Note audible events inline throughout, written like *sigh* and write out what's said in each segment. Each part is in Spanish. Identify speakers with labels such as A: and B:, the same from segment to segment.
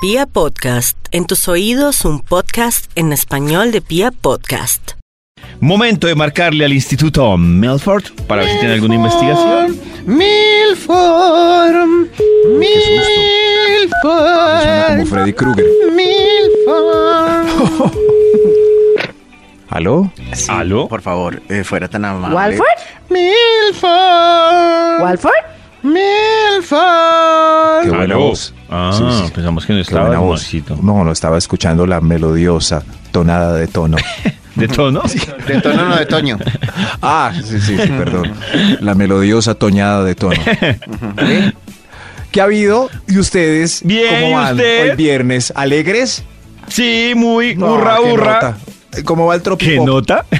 A: Pia Podcast, en tus oídos un podcast en español de Pia Podcast.
B: Momento de marcarle al Instituto Melford para ver si tiene alguna investigación.
C: Milform.
D: Suena como
C: Milform.
D: Freddy Krueger.
C: Milform.
D: ¿Aló?
B: ¿Aló?
C: Por favor, eh, fuera tan amable.
E: ¿Walford?
C: Milform.
E: ¿Walford?
D: Qué
C: Milform.
D: buena
B: ¿Aló?
D: voz.
B: Ah,
D: Sí, sí, sí.
B: pensamos que no
D: Qué
B: estaba
D: buena voz.
B: hermosito.
D: No, no, estaba escuchando la melodiosa tonada
B: *laughs*
D: de tono.
B: ¿De tono?
C: De tono no de toño.
D: ah, sí, sí, sí, perdón. *laughs* La melodiosa toñada de
B: *laughs*
D: tono. ¿Eh? ¿Qué ha habido? ¿Y ustedes
B: Bien,
D: cómo van
B: ¿y usted?
D: hoy viernes? ¿Alegres?
B: Sí, muy
D: No,
B: hurra,
D: ¿qué
B: hurra.
D: nota? ¿Cómo va el
B: ¿Qué
D: tropipop?
B: nota? *laughs*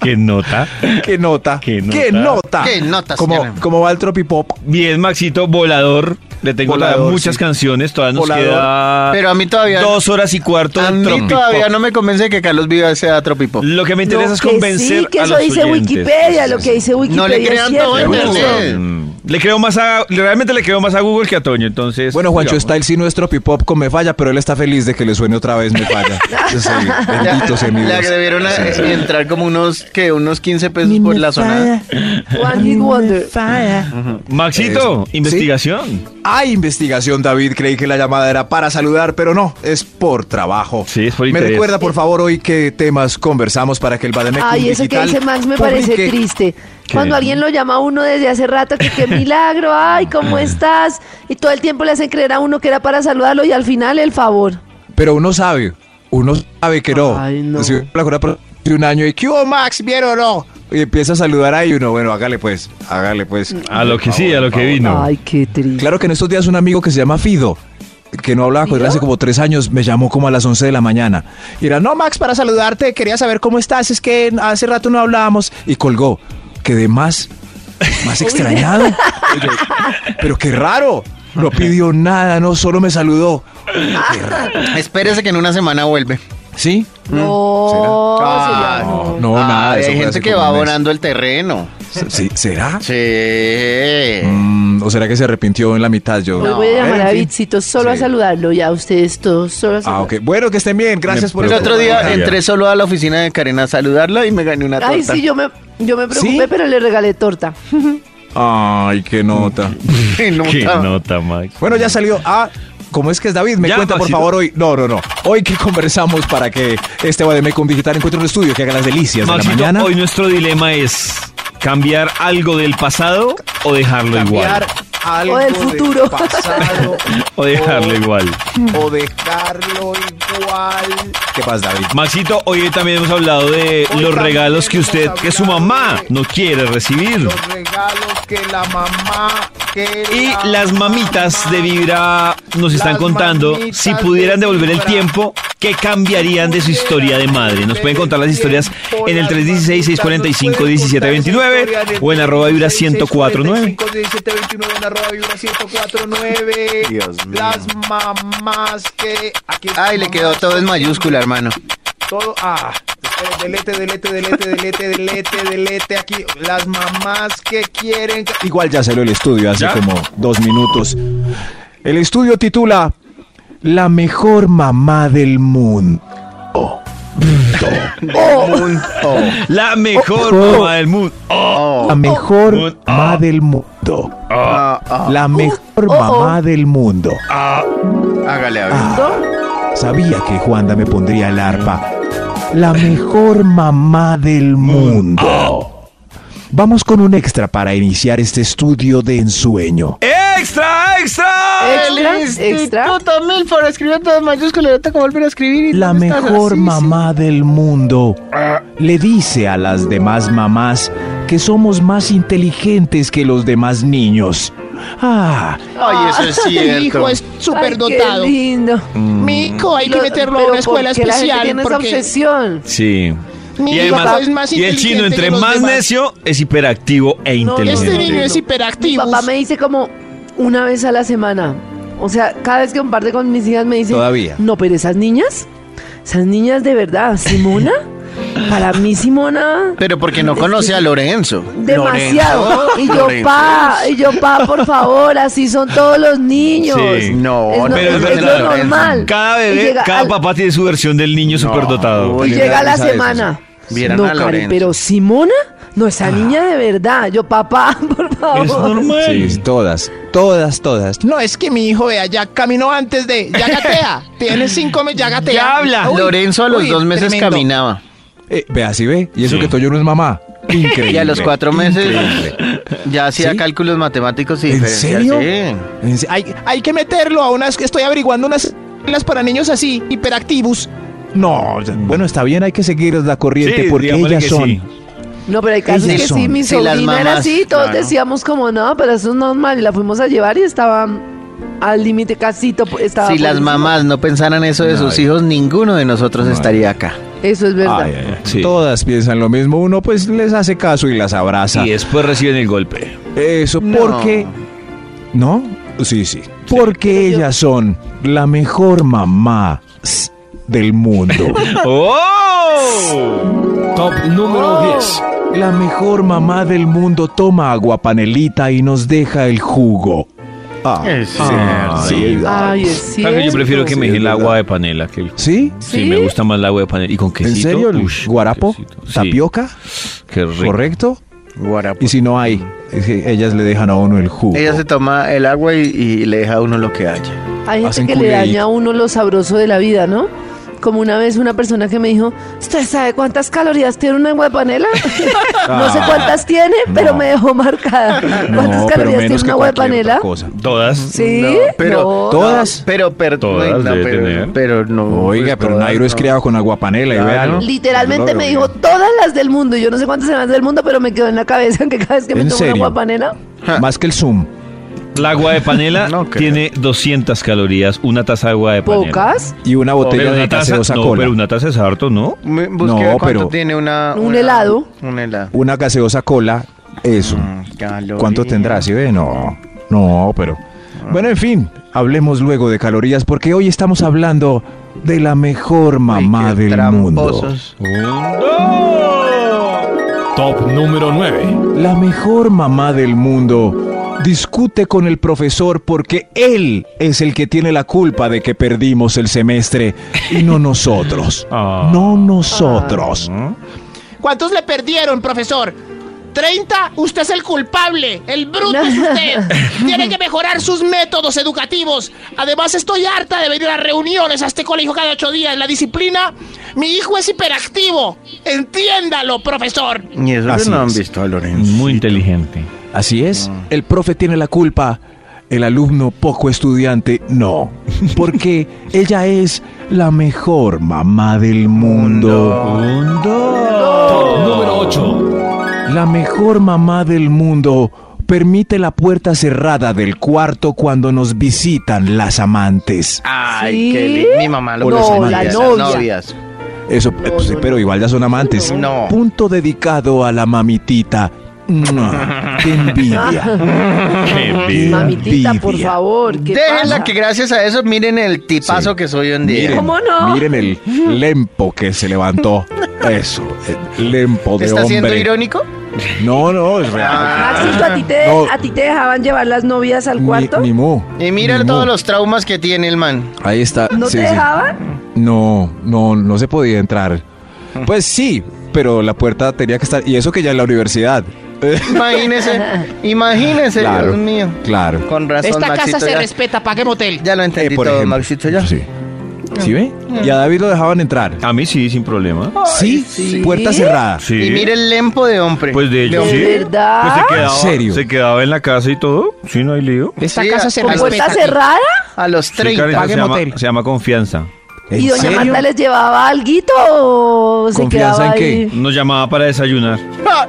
B: ¿Qué nota?
D: ¿Qué nota?
B: ¿Qué nota?
D: ¿Qué nota?
C: ¿Qué nota,
D: ¿Cómo,
C: señora?
D: cómo va el tropipop?
B: Bien, Maxito, volador. Le tengo la-
D: Volador,
B: muchas
D: sí.
B: canciones, todavía nos
D: Volador. Ah,
B: queda
C: Pero a mí todavía.
B: dos horas y cuarto
C: a
B: de
C: mí
B: tropipop.
C: todavía no me convence que Carlos Viva sea tropipo.
B: Lo que me interesa
E: No,
B: es
E: que
B: convencer
E: sí, que
B: a
E: eso
B: los
E: dice
B: oyentes.
E: Wikipedia, lo que dice Wikipedia.
C: No le crean
E: es cierto.
C: todo en internet.
B: Mm, Le creo más a, realmente le creo más a Google que a Toño, entonces.
D: Bueno, Juancho
B: digamos.
D: está el sí nuestro pipop con Me Falla, pero él está feliz de que le suene otra vez Me
E: *laughs*
D: Falla. Sí, bendito sea mi
C: Le
D: Dios.
C: agredieron a,
D: Sí, sí.
C: entrar como unos, que Unos 15 pesos por la zona.
E: One Hit
F: *laughs*
E: Wonder.
B: Maxito,
D: Eso.
B: investigación.
D: Hay investigación, David. Creí que la llamada era para saludar, pero no, es por trabajo.
B: Sí, es por
D: Me
B: interés.
D: recuerda, por favor, hoy qué temas conversamos para que el Bademecum
E: Ay, eso que
D: digital
E: dice Max me parece
D: publique-
E: triste. Cuando alguien lo llama a uno desde hace rato, que qué milagro, ay, ¿cómo estás? Y todo el tiempo le hacen creer a uno que era para saludarlo y al final el favor.
D: Pero uno sabe, uno sabe que no.
E: Ay, no.
D: Si uno la jura por de un año y ¿qué hubo, Max? ¿Bien o no? Y empieza a saludar ahí uno. Bueno, hágale pues, hágale pues.
B: A lo que
D: Por
B: sí,
D: favor,
B: a lo
D: por
B: que
D: favor.
B: vino.
E: Ay, qué triste.
D: Claro que en estos días un amigo que se llama Fido, que no hablaba con él hace como tres años, me llamó como a las 11 de la mañana. Y era, no, Max, para saludarte, quería saber cómo estás, es que hace rato no hablábamos. Y colgó. Quedé más,
E: *laughs*
D: más extrañado. Oye, pero qué raro. No pidió nada, no, solo me saludó.
C: Espérese que en una semana vuelve.
D: ¿Sí?
E: No, sería- no.
D: No,
C: Ah,
D: nada. eso
C: Hay
D: fue
C: gente
D: hace
C: que
D: como
C: va
D: un mes.
C: abonando el terreno.
D: Sí, ¿Será?
C: Sí.
D: Mm, ¿O será que se arrepintió en la mitad yo?
E: Hoy voy a llamar
D: En
E: a
D: fin.
E: Vitsito solo a
D: Sí.
E: saludarlo y a ustedes todos solo a
D: Ah,
E: saludarlo.
D: ok. Bueno, que estén bien. Gracias por
C: El
D: el
C: otro día entré solo a la oficina de Karen a saludarla y me gané una torta.
E: Ay, sí, yo me, yo me
D: ¿Sí?
E: preocupé, pero le regalé torta.
D: Ay, qué nota.
C: *laughs* Qué nota.
B: Qué nota, Max.
D: Bueno, ya salió. Ah, ¿cómo es que es David? Me
B: Ya,
D: cuenta, por
B: Maxito.
D: favor, hoy. No, no, no. Hoy que conversamos para que este Bademecum Digital encuentre un estudio que haga las delicias de la
B: Maxito,
D: mañana.
B: hoy nuestro dilema es cambiar algo del pasado o dejarlo
D: Cambiar
B: igual.
D: algo
E: O del futuro.
D: pasado
B: O dejarlo igual.
D: o dejarlo igual. ¿Qué pasa, David?
B: Maxito, hoy también hemos hablado de
D: Hoy
B: los
D: también
B: regalos que
D: hemos
B: usted, que su
D: hablado
B: mamá
D: de-
B: no quiere recibir.
D: regalos que la mamá. Que
B: Y las mamitas de Vibra nos están
D: Las
B: contando
D: mamitas
B: si
D: de
B: pudieran devolver el
D: Vibra.
B: tiempo, ¿qué cambiarían de su historia de madre? Nos pueden contar las historias en el 316-645-1729 o en arroba Vibra 1049.
D: 1729 en arroba vibra 1049.
C: Dios mío.
D: Las mamás que. Aquí está
C: Ay, le quedó
D: mamás.
C: todo en mayúscula, hermano.
D: Todo. Ah. espere, Delete, delete, delete, delete, delete, delete. Aquí las mamás que quieren. Igual ya salió el estudio hace
B: ¿Ya?
D: como dos minutos. El estudio titula La mejor mamá del mundo.
B: La mejor
D: Oh.
B: mamá del mundo.
D: La mejor
B: Oh.
D: mamá del mundo.
C: Ah, ah,
D: La mejor
E: oh, oh.
D: mamá del mundo.
C: hágale a ver.
D: Sabía que Juanda me pondría el arpa. La mejor mamá del mundo. Vamos con un extra para iniciar este estudio de ensueño.
C: Eh,
B: ¡Extra, extra!
E: *laughs* Extra, extra.
C: Instituto Milford escribió todo en mayúscula y ahorita como volver a escribir. y
D: La
C: ¿dónde estás? Ah,
D: mejor
C: Sí, Ah. sí.
D: mamá del mundo le dice a las demás mamás que somos más inteligentes que los demás niños. Ah,
C: Ay, eso es
F: Mi hijo
C: cierto.
F: es
E: Ay,
F: superdotado.
E: Qué lindo.
B: Mm.
F: Mi hijo hay que
E: Lo-
F: meterlo a
E: pero
F: una escuela
E: ¿por qué La gente
F: especial
E: tiene esa
F: porque
E: obsesión.
B: Sí.
F: mi
B: Y
F: hijo
B: además,
F: es más
B: y el
F: inteligente
B: chino, entre
F: que los
B: más
F: demás.
B: necio, es hiperactivo e
E: No, no,
F: Este niño
B: inteligente.
F: es
E: Mi
F: hiperactivo.
E: papá me dice como una vez a la semana. O sea, cada vez que comparte con mis hijas me dice.
D: Todavía.
E: No, pero esas niñas, esas niñas de verdad, Simona, Para mí, Simona.
C: Pero porque no conoce a Lorenzo.
E: Demasiado.
C: Lorenzo,
E: Y yo,
C: Lorenzo.
E: pa, y yo, pa, por favor, así son todos los niños.
B: Sí.
C: No,
E: Es no-
B: Pero es
E: es
B: verdad.
E: lo normal.
B: Cada
E: Y
B: bebé,
E: llega
B: cada
E: al-
B: papá tiene su versión del niño superdotado.
C: uy.
E: Y
C: Oye,
E: llega la
C: esa es,
E: semana.
C: sí. Vieran
E: no,
C: a Lorenzo. Ah.
E: Karen, pero Simona, no, esa niña de verdad. Yo, papá, *laughs* por favor.
B: Es normal.
D: Sí, todas, todas, todas.
F: No, es que mi hijo, vea, ya caminó antes de. Ya gatea. Tiene cinco meses, ya gatea.
B: Ya habla.
F: Uy,
C: Lorenzo a los
F: uy,
C: dos meses
F: tremendo.
C: caminaba.
D: Eh, ve así, ve. Y eso
B: Sí.
D: que Toyo no es mamá.
C: *laughs*
D: Increíble.
C: Y a los cuatro meses ya hacía
D: ¿Sí?
C: cálculos matemáticos y
D: ¿En
C: diferencias,
D: serio?
C: sí.
D: En se- ay,
F: Hay, hay que meterlo a unas. Estoy averiguando unas las para niños así, hiperactivos.
D: no, bueno, está bien, hay que seguir la corriente
B: Sí,
D: porque
B: digámosle
D: ellas
B: que
D: son.
B: sí.
E: No, pero hay casos
D: Ellas
E: que sí,
D: son.
E: mi
C: Sí, las
E: sobrina era
C: mamás,
E: así, todos
C: claro.
E: decíamos como, no, pero eso es normal, y la fuimos a llevar y estaba al límite casito, estaba
C: Si las
E: buenísimo.
C: mamás no pensaran eso de sus
D: Ay.
C: hijos, ninguno de nosotros estaría acá.
E: Eso es verdad.
D: Ay, ay, ay.
B: Sí.
D: Todas piensan lo mismo. Uno pues les hace caso y las abraza.
B: Y después reciben el golpe.
D: Eso
C: No.
D: porque... ¿No? Sí, sí. Porque
E: Pero yo-
D: ellas son la mejor mamá s- del mundo.
B: ¡Oh! Top número 10.
D: la mejor mamá del mundo toma agua panelita y nos deja el jugo. Ah, ah, sí.
E: Ay, es
B: Claro que yo
E: cierto.
B: prefiero que me
D: Sí,
B: deje
D: es
B: el
D: verdad.
B: agua de panela que el-
D: ¿Sí?
B: Sí,
E: ¿Sí?
B: me gusta más el agua de panela. ¿Y con quesito?
D: ¿En serio?
B: Ush, con
D: ¿Guarapo?
B: quesito. Sí,
D: ¿Tapioca?
B: qué rico.
D: ¿Correcto?
C: Guarapo.
D: Y si no hay, es que ellas le dejan a uno el jugo.
C: Ella se toma el agua y, y le deja a uno lo que haya.
E: Hay gente
D: Hacen
E: que le
D: culeadito.
E: daña a uno lo sabroso de la vida, ¿no? Como una vez una persona que me dijo, ¿usted sabe cuántas calorías tiene un agua de panela? *laughs* no sé cuántas tiene, pero
D: Ah. no.
E: me dejó marcada.
D: *laughs*
E: ¿Cuántas
D: No, pero
E: calorías tiene
D: menos
E: un
D: que
E: agua de
D: cualquier otra
E: panela?
D: cosa.
B: Todas.
E: Sí,
C: No, pero
E: ¿Eh? no.
D: Ah. Todas.
C: Pero, pero,
B: Todas
C: no,
B: debe
C: pero,
B: tener.
C: pero no.
D: Oiga,
C: pues
D: pero
C: todas
D: Nairo es
C: no.
D: criado con agua panela y
C: Claro.
D: véalo.
E: Literalmente
D: Yo lo
E: me
D: veo
E: dijo todas las del mundo. Yo no sé cuántas serán las del mundo, pero me quedó en la cabeza que cada vez que me
D: ¿En
E: tomo
D: serio?
E: una guapanela.
D: bien. Más que el Zoom.
B: El agua de panela *laughs*
C: No creo.
B: tiene 200 calorías, una taza de agua de panela.
E: ¿Pocas?
D: Y una botella
B: Pero
D: de
B: una taza,
D: gaseosa
B: no,
D: cola.
B: pero una taza es harto, ¿no?
C: Me- busqué
D: No,
C: a cuánto
D: pero-
C: tiene una,
E: Un
C: una-
E: helado.
C: Un helado. Mm,
D: Una gaseosa cola, eso.
B: Mm.
D: ¿Cuánto tendrá? ¿Sí ve? No, no, pero... Bueno, en fin, hablemos luego de calorías porque hoy estamos hablando de la mejor mamá del mundo.
B: ¡Oh!
G: Top número 9.
D: La mejor mamá del mundo discute con el profesor porque él es el que tiene la culpa de que perdimos el semestre y no nosotros.
B: Ah.
D: No nosotros.
F: ¿Cuántos le perdieron, profesor? 30, usted es el culpable, el bruto es usted. Tiene que mejorar sus métodos educativos. Además, estoy harta de venir a reuniones a este colegio cada ocho días. La disciplina, mi hijo es hiperactivo. Entiéndalo, profesor.
C: Ni eso que
D: Así
C: no han
D: es.
C: visto a Lorenzo.
B: Muy inteligente.
D: Así es, el profe tiene la culpa, el alumno poco estudiante no, porque ella es la mejor mamá del mundo.
G: Top número 8.
D: La mejor mamá del mundo permite la puerta cerrada del cuarto cuando nos visitan las amantes.
C: Ay,
E: ¿Sí?
C: qué lindo. Mi mamá lo
D: No,
C: presenta
D: la
C: a esas
E: novia.
C: novias.
D: Eso, eh, pues, sí, pero igual ya son amantes.
C: No.
D: Punto dedicado a la mamitita. ¡Mua! ¡Qué
E: *laughs*
D: envidia!
B: Qué
D: Qué
E: Mamitita, por
D: envidia.
E: favor. ¿qué
C: Déjenla
E: pasa?
C: que gracias a eso miren el tipazo
D: Sí.
C: que soy hoy en día.
D: Miren,
E: ¿Cómo no?
D: miren el lempo que se levantó. Eso, el lempo de
C: ¿Está siendo
D: hombre.
C: irónico?
D: No, no, es real.
E: Maxito, ¿a ti, te,
D: No.
E: ¿a ti te dejaban llevar las novias Ah, al cuarto?
D: Ni, ni mu.
C: Y mira
D: Ni mu.
C: todos los traumas que tiene el man.
D: Ahí está.
E: ¿No
D: sí,
E: te
D: sí.
E: dejaban?
D: No, no, no se podía entrar. Pues sí, pero la puerta tenía que estar. Y eso que ya en la universidad. *laughs*
E: *laughs*
C: Imagínese, imagínese,
D: Claro.
C: Dios mío.
D: Claro.
C: Con razón,
F: Esta
C: Maxito,
F: casa se
C: ya,
F: respeta, pague motel.
C: ya lo entendí
D: Eh, por
C: todo,
D: ejemplo.
C: Maxito, ya.
D: Sí. ¿Sí ve? Y a David lo dejaban entrar.
B: A mí sí, sin problema.
D: sí,
E: sí.
D: puerta cerrada.
B: Sí.
C: Y mire el lempo de hombre.
B: Pues de hecho,
E: ¿De
B: sí.
E: verdad?
B: Pues se quedaba,
D: ¿En serio?
B: Se quedaba en la casa y todo. Sí, no hay lío.
F: Esta
C: Sí,
F: casa
C: a-
F: se
E: ¿Con
C: Al
E: puerta
F: respeta.
E: cerrada?
C: A los
B: Sí, Karen,
C: 30.
B: se,
F: pague
B: llama,
F: motel.
B: se llama confianza.
D: ¿En
E: ¿Y doña
D: serio?
E: Marta les llevaba alguito o se
D: ¿Confianza
E: quedaba
D: en qué?
E: ahí?
B: Nos llamaba para desayunar.
E: Ay,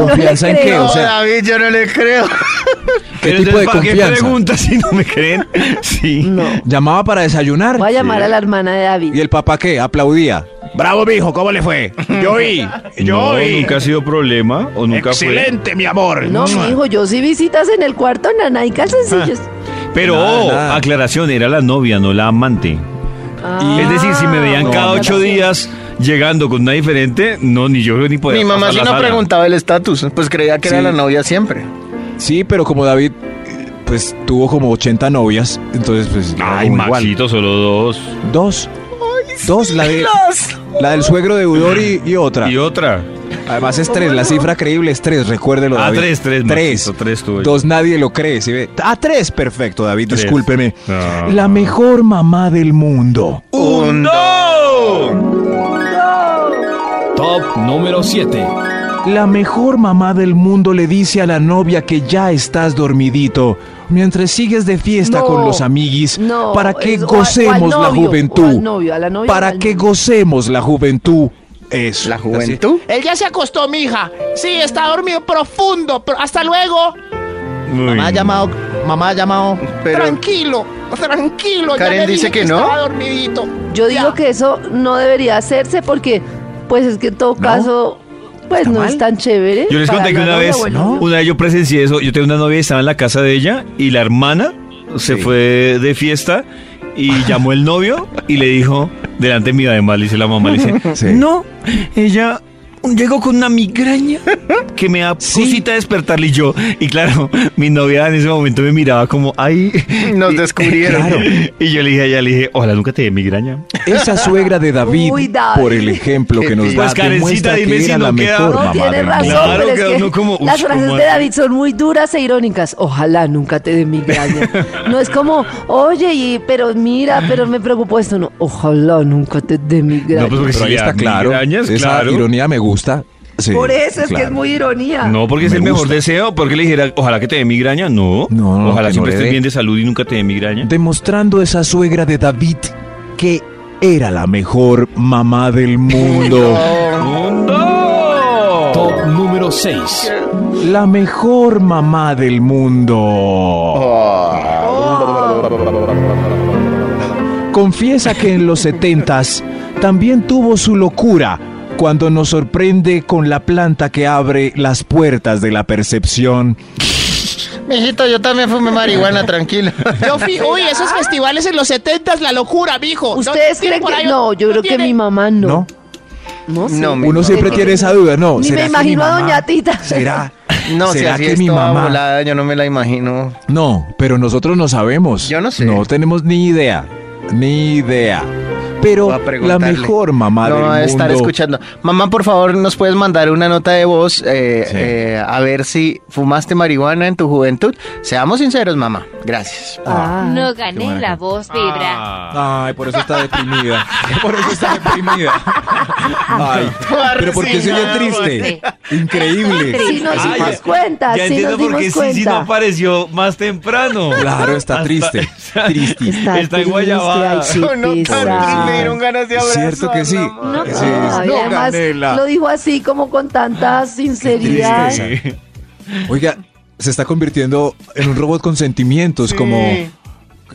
E: no
D: ¿Confianza
E: le
D: en qué?
E: creo.
D: O
C: No,
D: sea-
C: David, yo no le
D: *laughs*
C: creo.
D: ¿Qué
B: Pero
D: tipo
B: entonces,
D: de
B: ¿para ¿Qué
D: confianza?
B: preguntas si no me creen? Sí.
D: Llamaba para desayunar.
E: Voy a llamar a la hermana de David.
D: ¿Y el papá qué? Aplaudía.
G: Bravo, mijo, ¿cómo le fue? Yo oí. Yo
B: No,
G: oí.
B: nunca ha sido problema o nunca
G: Excelente, mi amor.
E: No, mi hijo, yo sí visitas en el cuarto, nana, y calzoncillos.
B: fue. Pero,
D: Nada,
B: oh,
D: nada.
B: aclaración, era la novia, no la amante.
E: Ah,
B: es decir, si me veían
E: no,
B: cada
E: no,
B: ocho
E: no.
B: días, llegando con una diferente, no, ni yo ni
D: Pues,
B: podía
C: Mi mamá
B: pasar
C: sí
B: la
C: no
B: sala.
C: preguntaba el estatus, pues creía que
D: Sí.
C: era la novia siempre.
D: Sí, pero como David, eh, pues tuvo como 80 novias, entonces pues... era
B: Ay,
D: como igual.
B: Maxito, solo dos.
D: Dos. dos, la, de, la del suegro de Udor y, y otra.
B: Y otra.
D: Además es tres, la cifra creíble es tres, recuérdelo.
B: Ah,
D: David.
B: tres, tres,
D: Tres.
B: Maxito, tres tuve yo.
D: Dos nadie lo cree, ¿sí ve? Ah, tres, perfecto, David,
B: Tres.
D: discúlpeme.
B: Ah.
D: La mejor mamá del mundo.
B: ¡Un no!
G: Top número 7.
D: La mejor mamá del mundo le dice a la novia que ya estás dormidito mientras sigues de fiesta
E: No,
D: con los amiguis
E: no,
D: para que
E: es- o a- o al
D: gocemos la
E: novio, o
D: juventud.
E: al novio, a la novia, o
D: para
E: al
D: que
E: novio.
D: gocemos la juventud. Eso.
C: La
D: Así-
C: juventud.
F: Él ya se acostó, mija. Sí, está dormido profundo. Pero hasta luego.
B: Uy, no.
C: mamá ha llamado. Pero
F: tranquilo, tranquilo.
C: Karen
F: ya le
C: dice
F: dije
C: que no.
F: Estaba
C: *laughs*
F: dormidito.
E: Yo digo
F: Ya.
E: que eso no debería hacerse porque, pues es que en todo caso, pues no es tan chévere.
B: Yo les
E: para
B: conté que
E: la
B: una
E: novia
B: vez,
E: o el novio.
B: una vez yo presencié eso. Yo tenía una novia y estaba en la casa de ella y la hermana se fue de fiesta
D: *laughs*
B: y llamó el novio y le dijo, delante mío además, le dice la mamá, le dice,
D: *laughs* Sí.
B: no, ella llegó con una migraña que me da cosita despertarle y yo. Y claro, *laughs* mi novia en ese momento me miraba como, ay,
C: nos
D: *laughs*
C: descubrieron.
D: Claro.
B: *laughs* y yo le dije a ella, le dije, ojalá nunca te dé migraña.
D: Esa suegra de David,
E: Uy, David.
D: por el ejemplo que nos da,
B: Pues, Karencita,
D: demuestra
B: dime
D: que
B: si
D: era
B: no
D: la
B: queda-
D: mejor
E: No,
D: mamá
E: tiene
D: del
E: razón,
D: mundo.
B: Claro,
E: pero
B: queda
E: es que
B: uno como, uy,
E: las frases
B: ¿cómo
E: de
B: así?
E: David son muy duras e irónicas. Ojalá nunca te dé migraña. no es como, oye, y- pero mira, pero me preocupó esto. No, ojalá nunca te dé migraña.
B: No, pues, porque
D: Pero ahí
B: si le
D: está
B: da
D: claro.
B: migrañas,
D: esa
B: claro.
D: ironía me gusta. Sí,
E: Por eso es que
D: claro.
E: es muy ironía.
B: No, porque es
D: Me
B: el mejor
D: gusta.
B: deseo. Porque le dijera, ojalá que te dé migraña. No,
D: No, no,
B: ojalá
D: que
B: siempre
D: no le
B: estés
D: dé.
B: bien de salud y nunca te dé migraña.
D: Demostrando esa suegra de David que era la mejor mamá del
E: *laughs*
D: mundo.
B: ¡Mundo!
G: Top número 6.
D: La mejor mamá del mundo. Confiesa que en los setentas también tuvo su locura cuando nos sorprende con la planta que abre las puertas de la percepción.
C: Mijito, yo también fumé marihuana, tranquila.
F: Yo fui, uy, esos festivales en los 70 la locura, mijo.
E: ¿Ustedes
F: tiene
E: creen
F: por
E: que.?
F: ahí-
E: No, yo creo
F: tiene-
E: que mi mamá no.
D: ¿No?
E: No, sé.
C: No, mi
D: Uno
C: mamá.
D: siempre tiene esa duda, ¿no?
E: Ni me
D: ¿será que mi
E: imagino a
D: mamá-
E: Doña Tita. *laughs* Ah.
D: ¿Será?
C: *laughs* No, si
D: ¿Será
C: así
D: que
C: es
D: mi
C: toda
D: mamá?
C: volada, yo no me la imagino.
D: No, pero nosotros no sabemos.
C: Yo no sé.
D: No tenemos ni idea. Ni idea. Pero
C: Voy a
D: la
C: preguntarle.
D: mejor mamá
C: no
D: del
C: va a
D: mundo.
C: estar escuchando. Mamá, por favor, nos puedes mandar una nota de voz eh,
D: Sí.
C: eh, a ver si fumaste marihuana en tu juventud. Seamos sinceros, mamá. Gracias.
E: Ah.
H: No gané la voz
B: Ah,
H: vibra.
D: Ay, por eso está deprimida. *laughs* Por eso está deprimida. Ay, pero porque soy bien triste. Increíble.
E: Sí, nos
B: Ah,
E: dimos
B: ya-
E: cuenta,
B: Ya
E: sí
B: entiendo
E: nos
B: por
E: dimos
B: qué
E: cuenta.
B: Sisi no apareció más temprano.
D: Claro, está triste. Triste.
B: Está
E: Está,
B: en
E: triste,
B: Guayabada.
E: ay, sí, pesar.
D: me dieron
C: ganas de
D: Cierto que sí.
E: No,
D: Sí,
E: ay,
D: no,
E: además
D: Canela.
E: lo dijo así como con tanta sinceridad.
D: tristeza. Oiga, se está convirtiendo en un robot con sentimientos, como.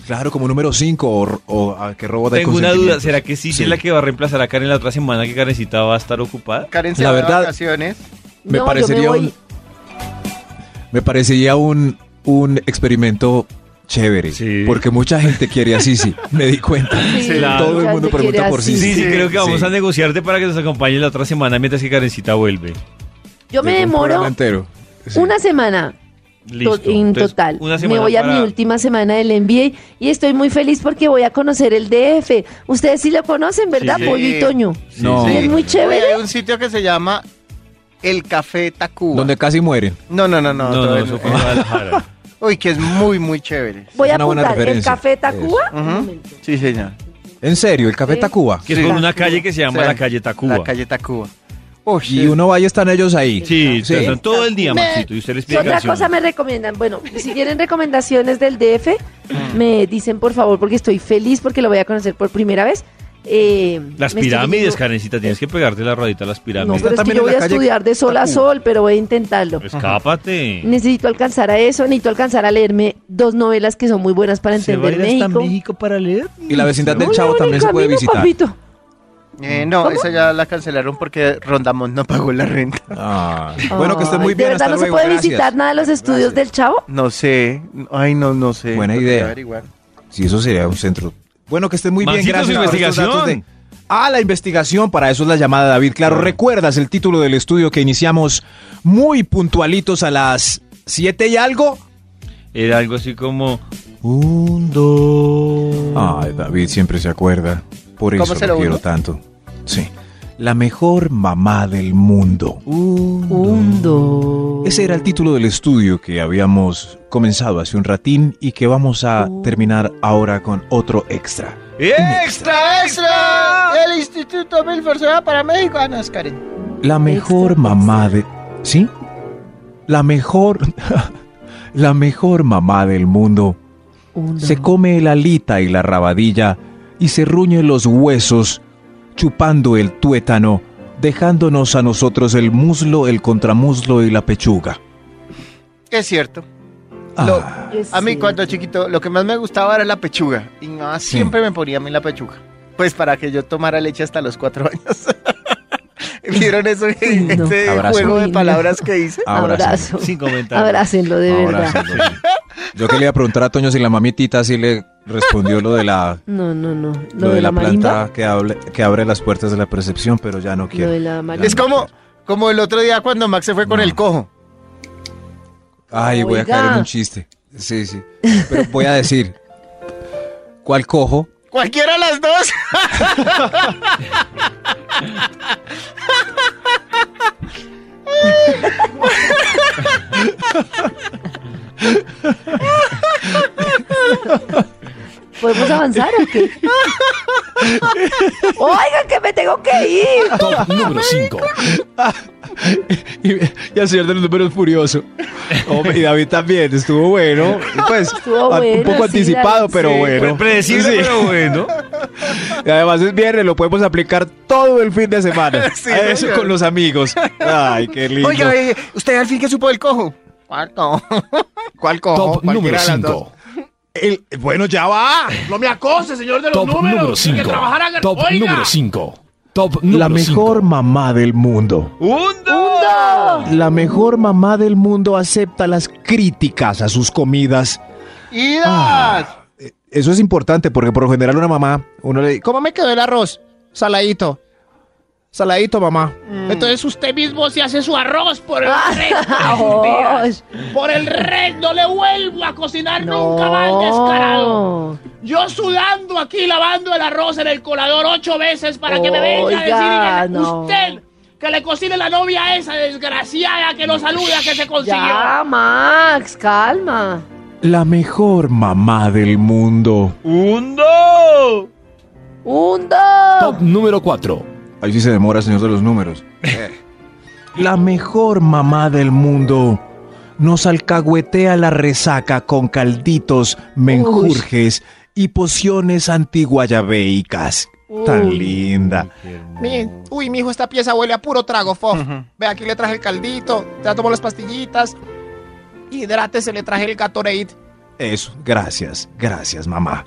D: Claro, como número 5 o, o ah, qué robot hay
B: Tengo
D: con
B: una duda.
D: sentimientos?
B: ¿Será que Sisi
D: Sí.
B: es la que va a reemplazar a Karen la otra semana que Karencita va a estar ocupada?
C: Karen
D: La
C: la
D: verdad-
C: verdad,
D: Me
E: No, yo
D: parecería
E: voy-
D: un, me parecería un, un experimento chévere.
B: Sí.
D: Porque mucha gente quiere a Sisi. me di cuenta.
E: *laughs* Sí,
B: Claro.
D: Todo el
E: mucha
D: mundo
E: gente
D: pregunta
E: quiere
D: por
E: así.
D: Sisi.
B: Sí, sí, creo que vamos
D: Sí.
B: a negociarte para que nos acompañe la otra semana mientras que Karencita vuelve.
E: Yo me
D: Llegó un
E: demoro
D: programa entero. Sí.
E: una semana
B: Listo.
E: to- en
B: Entonces,
E: total.
B: una
E: me
B: semana
E: voy
B: para-
E: a mi última semana del NBA y estoy muy feliz porque voy a conocer el DF. Ustedes sí lo conocen, ¿verdad?
B: Sí.
E: Pollo y Toño.
D: No.
E: Sí, es muy chévere.
C: Hay un sitio que se llama El Café Tacuba.
D: Donde casi mueren.
C: No, no, no, no.
B: No, no,
C: todavía
B: eso
C: no.
B: fue en Guadalajara.
C: Uy, que es muy, muy chévere.
E: Voy a
D: una buena
E: apuntar el
D: referencia.
E: Café Tacuba.
C: Ujú. Sí, señor.
D: En serio, el Café
E: Sí.
D: Tacuba.
B: Que es
C: Sí.
B: por una calle que se llama
C: O sea,
B: la calle Tacuba.
C: La calle Tacuba. Uy,
D: Y uno va y están ellos ahí.
B: Sí,
D: Sí.
B: están todo el día,
E: Me-
B: Maxito, y usted les
E: ¿Qué
B: pide
E: otra
B: canciones.
E: cosa me recomiendan? Bueno, si quieren recomendaciones del DF,
B: Mm.
E: me dicen por favor, porque estoy feliz porque lo voy a conocer por primera vez. Eh,
B: Las
E: me estoy
B: pirámides,
E: yendo-
B: Karencita, tienes que pegarte la rodita a las
E: No,
B: pirámides.
E: pero es que
D: también
E: yo
D: en
E: voy
D: la
E: a
D: calle
E: estudiar de sol a sol, pero voy a intentarlo.
B: Pues Escápate.
E: Necesito alcanzar a eso, necesito alcanzar a leerme dos novelas que son muy buenas para entender México.
B: para leer?
D: Y la vecindad del
E: Muy
D: Chavo
E: bueno el
D: también se puede
E: camino,
D: visitar.
E: papito.
C: Eh, no, esa ya la cancelaron porque Rondamón no pagó la renta.
D: Ah. Bueno, que esté
E: Ay,
D: muy bien.
E: De verdad
D: hasta
E: no se
D: luego,
E: puede
D: gracias.
E: visitar nada de los estudios del Chavo.
C: No sé. Ay, no, no sé.
D: Buena
C: Tocaría
D: idea.
C: averiguar.
D: Sí, eso sería un centro. Bueno, que esté muy bien.
B: Maxito,
D: Gracias
B: su
D: por estos datos
B: investigación.
D: de- a la investigación. Para eso es la llamada, David. Claro, ¿recuerdas el título del estudio que iniciamos muy puntualitos a las 7 y algo?
B: Era algo así como...
D: Ay, David siempre se acuerda. Por
C: ¿Cómo
D: eso
C: se
D: lo,
C: lo
D: quiero
C: uno?
D: tanto. Sí. La mejor mamá del mundo.
E: Hundo.
D: Ese era el título del estudio que habíamos comenzado hace un ratín y que vamos a terminar ahora con otro extra.
B: ¡Extra, extra!
C: El Instituto Milford se va para México. Ah, no, es Karen.
E: Este
D: La mejor mamá de... ¿Sí? La mejor... *laughs* la mejor mamá del mundo.
E: Hundo.
D: Se come el alita y la rabadilla y se ruñe los huesos, chupando el tuétano, dejándonos a nosotros el muslo, el contramuslo y la pechuga.
C: Es cierto. Lo-
D: Ah,
E: Es
C: a mí
E: cierto.
C: cuando chiquito, lo que más me gustaba era la pechuga. Y mi mamá
D: Sí.
C: siempre me ponía a mí la pechuga. Pues para que yo tomara leche hasta los cuatro *laughs* años. *laughs* ¿Vieron eso?
E: Uy, no.
C: Ese
D: Abrazo.
C: juego
E: Uy,
C: de
E: no.
C: palabras que hice.
E: Abrazo.
B: Sin comentarios.
E: Abrácenlo de
D: ahora
E: verdad.
D: sí, ahora sí. *laughs* Yo quería preguntar a Toño si la mamitita sí le respondió lo de
E: *laughs*
D: la,
E: No, no, no.
D: lo de la
E: marimba,
D: planta que, hable- que abre las puertas de la percepción, pero ya no
E: Lo de
D: quiere.
E: la marimba.
C: Es como, como el otro día cuando Max se fue con
D: No.
C: el cojo.
D: Ay, voy a
E: Oiga.
D: caer en un chiste. Sí, sí. Pero voy a decir, ¿cuál cojo?
C: Cualquiera de las dos.
E: ¿Podemos avanzar o
D: *laughs*
E: qué? Oiga, que me tengo que ir. *laughs*
G: Top número 5.
D: *laughs* Y, y el señor de los números furioso. Hombre, y David también, estuvo bueno. Pues,
E: Estuvo
D: a-
E: bueno,
D: un poco
E: sí,
D: anticipado,
E: David,
D: pero
E: sí.
D: bueno.
B: Fue predecible,
D: Sí.
B: pero bueno.
D: Y además es viernes, lo podemos aplicar todo el fin de semana.
C: *laughs* Sí,
D: A eso
C: señor.
D: con los amigos. Ay, qué lindo.
C: Oiga, eh, ¿usted al fin que supo del cojo? ¿Cuál cojo? *laughs* ¿Cuál cojo?
G: Top número
C: Cualquiera de las dos.
G: 5.
D: El- bueno, ya va.
F: No me acose, señor de los
G: Top
F: números.
G: número
F: Y que
G: 5.
F: trabajar haga-
G: Top
F: Oiga,
G: número 5. Top número 5.
D: La mejor mamá del mundo. La mejor mamá del mundo acepta las críticas a sus comidas.
C: ¡Idas!
D: Ah, Eso es importante porque por lo general una mamá, uno le dice, ¿cómo me quedó el arroz? Saladito. Saladito, mamá.
F: Entonces usted mismo se hace su arroz por el
E: Ah, *laughs* Oh,
F: rey. por el rey, no le vuelvo a cocinar nunca más, descarado.
E: no.
F: Yo sudando aquí, lavando el arroz en el colador ocho veces para que me venga
E: Oiga,
F: a decir
E: no.
F: usted que le cocine la novia esa desgraciada que no saluda que se consiguió.
E: Ya, Max, calma.
D: La mejor mamá del mundo.
B: ¡Undo!
E: ¡Hundo!
G: Top número 4.
D: Ahí sí se demora, señor de los números. *laughs* La mejor mamá del mundo nos alcahuetea la resaca con calditos, menjurjes y pociones antiguayabeicas. Tan
E: Uy.
D: linda.
F: Miren, uy, mi hijo, esta pieza huele a puro trago, fof. Ve, aquí le traje el caldito, ya tomó las pastillitas. Hidrátese, le traje el Gatorade.
D: Eso, gracias, gracias, mamá.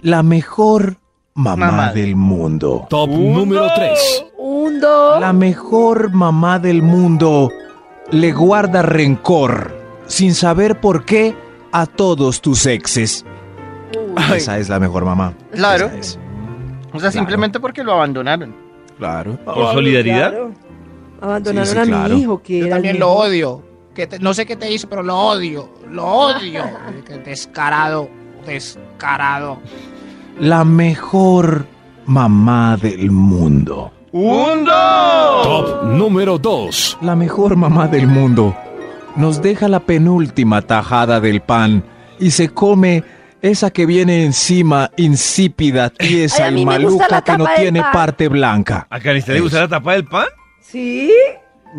D: La mejor mamá,
C: Mamá.
D: del mundo.
G: Top número 3.
E: ¡Hundo!
D: La mejor mamá del mundo le guarda rencor, sin saber por qué, a todos tus exes.
C: Ay.
D: Esa es la mejor mamá.
C: Claro.
D: Esa es.
C: O sea, simplemente porque lo abandonaron.
D: Claro.
B: ¿Por solidaridad?
E: Claro. Abandonaron
D: Sí, sí,
E: a
D: claro.
E: mi hijo, que era
F: Yo
E: el
F: también lo
E: mejor.
F: odio. Que te- no sé qué te hice, pero lo odio. Lo odio. Descarado, descarado.
D: La mejor mamá del mundo.
G: Top número 2.
D: La mejor mamá del mundo. Nos deja la penúltima tajada del pan y se come esa que viene encima, insípida,
E: Ay,
D: tiesa
E: a
D: y
E: mí me gusta la
D: maluca que no
E: tapa del
D: tiene
E: pan.
D: parte blanca.
B: ¿A Canistán le gusta la tapa del pan?
E: ¿Sí?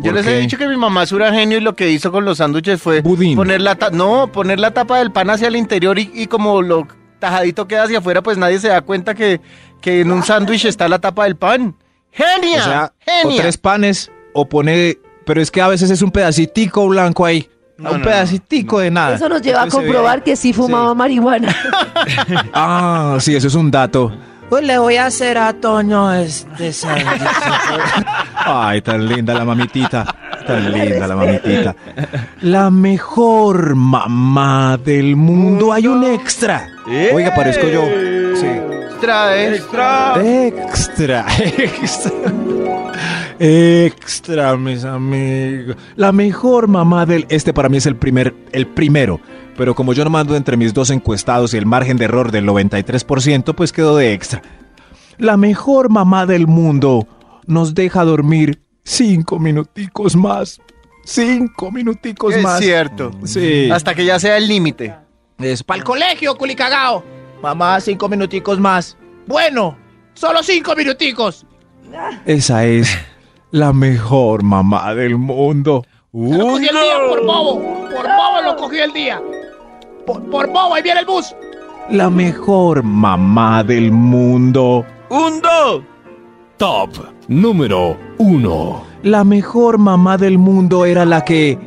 C: Yo
D: ¿Por
C: les
D: qué?
C: he dicho que mi mamá es un genio y lo que hizo con los sándwiches fue
D: Budín.
C: poner la ta- no, poner la tapa del pan hacia el interior y, y como lo tajadito queda hacia afuera, pues nadie se da cuenta que, que en un sándwich está la tapa del pan. ¡Genia!
D: O sea, o
C: ¡Genia!
D: tres panes o pone, pero es que a veces es un pedacitico blanco ahí,
C: No,
D: un
C: no,
D: pedacitico de nada.
E: Eso nos lleva a
D: Entonces se ve
E: comprobar que sí fumaba marihuana.
D: Ah, sí, eso es un dato.
I: le voy a hacer a Toño
D: *laughs*
I: este sándwich.
D: Ay, tan linda la mamitita, tan linda la mamitita. La mejor
C: ¡Eh!
D: mamá del mundo. Hay un extra. Oiga, parezco yo. Sí.
C: Usted Extra, eh.
B: Extra.
D: Extra, *laughs* extra. Extra, mis amigos. La mejor mamá del este para mí es el primer, el primero. Pero como yo no mando entre mis dos encuestados y el margen de error del 93%, pues quedó de extra. La mejor mamá del mundo nos deja dormir cinco minuticos más. Cinco minuticos
C: Es
D: más.
C: cierto.
D: Sí.
C: Hasta que ya sea el límite.
D: Es
F: Al colegio, culicagao.
D: Mamá, cinco minuticos más.
F: Bueno, solo cinco minuticos.
D: Esa es la mejor mamá del mundo.
F: Se Lo cogí el día por bobo. Por bobo lo cogí el día. Por, por bobo, ahí viene el bus.
D: La mejor mamá del mundo.
B: ¡Undo!
G: Top número 1.
D: La mejor mamá del mundo era la que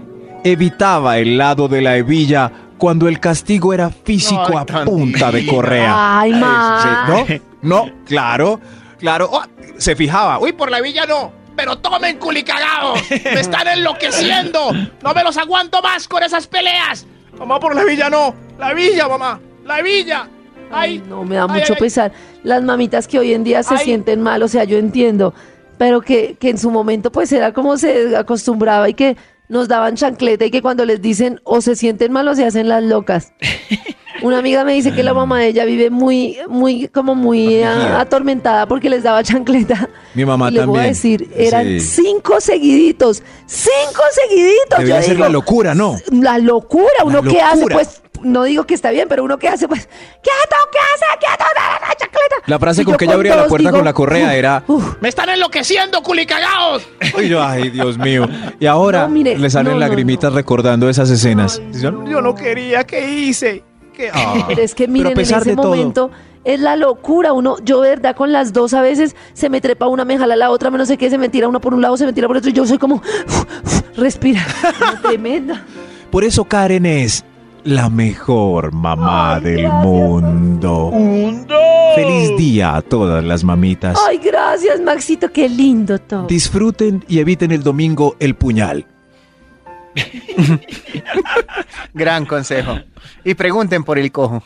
D: evitaba el lado de la hebilla cuando el castigo era físico
C: Ay,
D: a
C: tan
D: punta de correa.
E: Ay, ma.
D: Sí, ¿No? No, claro, claro. Oh, se fijaba. Uy,
F: Uy, por la villa no. Pero tomen culicagados. Me están enloqueciendo. No me los aguanto más con esas peleas. Mamá, por la villa no. La villa, mamá. La villa. Ay,
E: No, me da
F: ay,
E: mucho
F: ay.
E: pesar. Las mamitas que hoy en día se
F: Ay.
E: sienten mal, o sea, yo entiendo, pero que, que en su momento pues era como se acostumbraba y que nos daban chancleta y que cuando les dicen o se sienten mal o se hacen las
F: *laughs*
E: locas. Una amiga me dice que la mamá de ella vive muy, muy, como muy ah, atormentada porque les daba chancleta.
D: Mi mamá
E: y le voy a
D: también.
E: decir, eran
D: Sí.
E: cinco seguiditos, cinco seguiditos.
D: Debía
E: yo
D: ser la
E: digo,
D: locura, ¿no?
E: la locura, uno que hace,
D: locura.
E: pues, no digo que está bien, pero uno que hace, pues, quieto, ¿qué hace? Quieto, da, da, da, chancleta.
D: La
E: Y
D: frase con
E: yo
D: que ella abría la
E: todos
D: puerta
E: digo,
D: con la correa era.
E: "Uf,
F: me están enloqueciendo, culicagados.
D: Uy, yo, ay, Dios mío. Y ahora
E: No, mire,
D: le salen
E: no, no,
D: lagrimitas recordando esas escenas. yo, no quería, ¿qué hice? ¿Qué? Ah.
E: Pero es que
D: Pero a
E: miren,
D: pesar
E: en
D: de
E: ese
D: todo.
E: momento es la locura. Uno, yo de verdad con las dos a veces se me trepa una, me jala la otra, me no sé qué, se me tira una por un lado, se me tira por otro. y Yo soy como, respira. *laughs* Como Tremenda.
D: Por eso Karen es la mejor mamá
E: Ay,
D: del
E: gracias,
D: mundo.
B: ¡Undo!
D: Feliz día a todas las mamitas.
E: Ay, gracias, Maxito, qué lindo todo.
D: Disfruten y eviten el domingo el puñal.
C: Gran consejo. Y pregunten por el cojo.